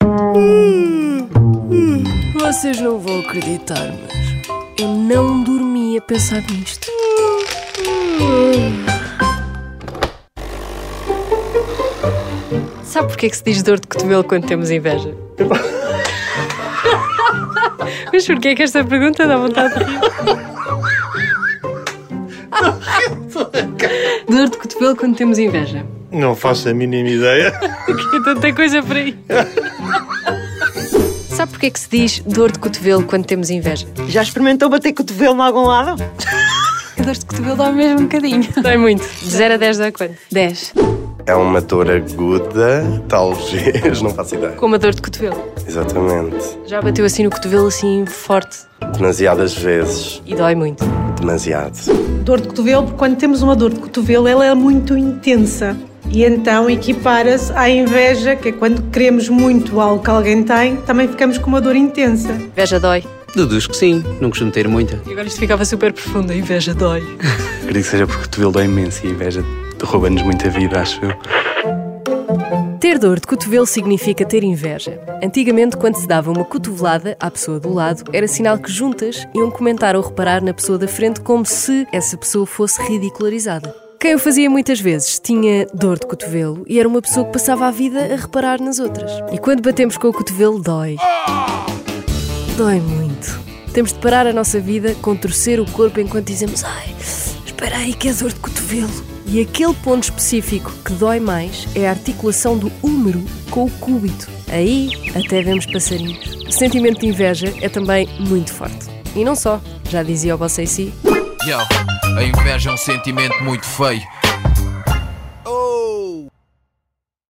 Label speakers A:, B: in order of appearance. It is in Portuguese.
A: Hum, Vocês não vão acreditar, mas eu não dormi a pensar nisto. Sabe porquê que se diz dor de cotovelo quando temos inveja? Mas porquê é que esta pergunta dá vontade de rir? Dor de cotovelo quando temos inveja.
B: Não faço a mínima ideia.
A: Então Tem tanta coisa por aí. Sabe porquê que se diz dor de cotovelo quando temos inveja?
C: Já experimentou bater cotovelo em algum lado?
D: Dor de cotovelo dá mesmo um bocadinho.
A: Dói muito. De 0 a 10 dá quanto?
D: 10.
E: É uma dor aguda, talvez, não faço ideia.
A: Com uma dor de cotovelo.
E: Exatamente.
A: Já bateu assim no cotovelo, assim forte.
E: Demasiadas vezes.
A: E dói muito.
E: Demasiado.
F: dor de cotovelo, porque quando temos uma dor de cotovelo, ela é muito intensa. E então equipara-se à inveja, que é quando queremos muito algo que alguém tem, também ficamos com uma dor intensa.
A: Inveja dói.
G: Deduz que sim, não costumo ter muita.
A: E agora isto ficava super profundo. A inveja dói.
H: Acredito que seja porque o cotovelo dói imenso e a inveja rouba-nos muita vida, acho eu.
A: Ter dor de cotovelo significa ter inveja. Antigamente, quando se dava uma cotovelada à pessoa do lado, era sinal que juntas iam comentar ou reparar na pessoa da frente como se essa pessoa fosse ridicularizada. Quem o fazia muitas vezes tinha dor de cotovelo e era uma pessoa que passava a vida a reparar nas outras. E quando batemos com o cotovelo, dói. Dói muito. Temos de parar a nossa vida com torcer o corpo enquanto dizemos Ai, espera aí que é dor de cotovelo. E aquele ponto específico que dói mais é a articulação do húmero com o cúbito. Aí até vemos passarinhos. O sentimento de inveja é também muito forte. E não só, já dizia o Bossei Si,
I: Yo, a inveja é um sentimento muito feio.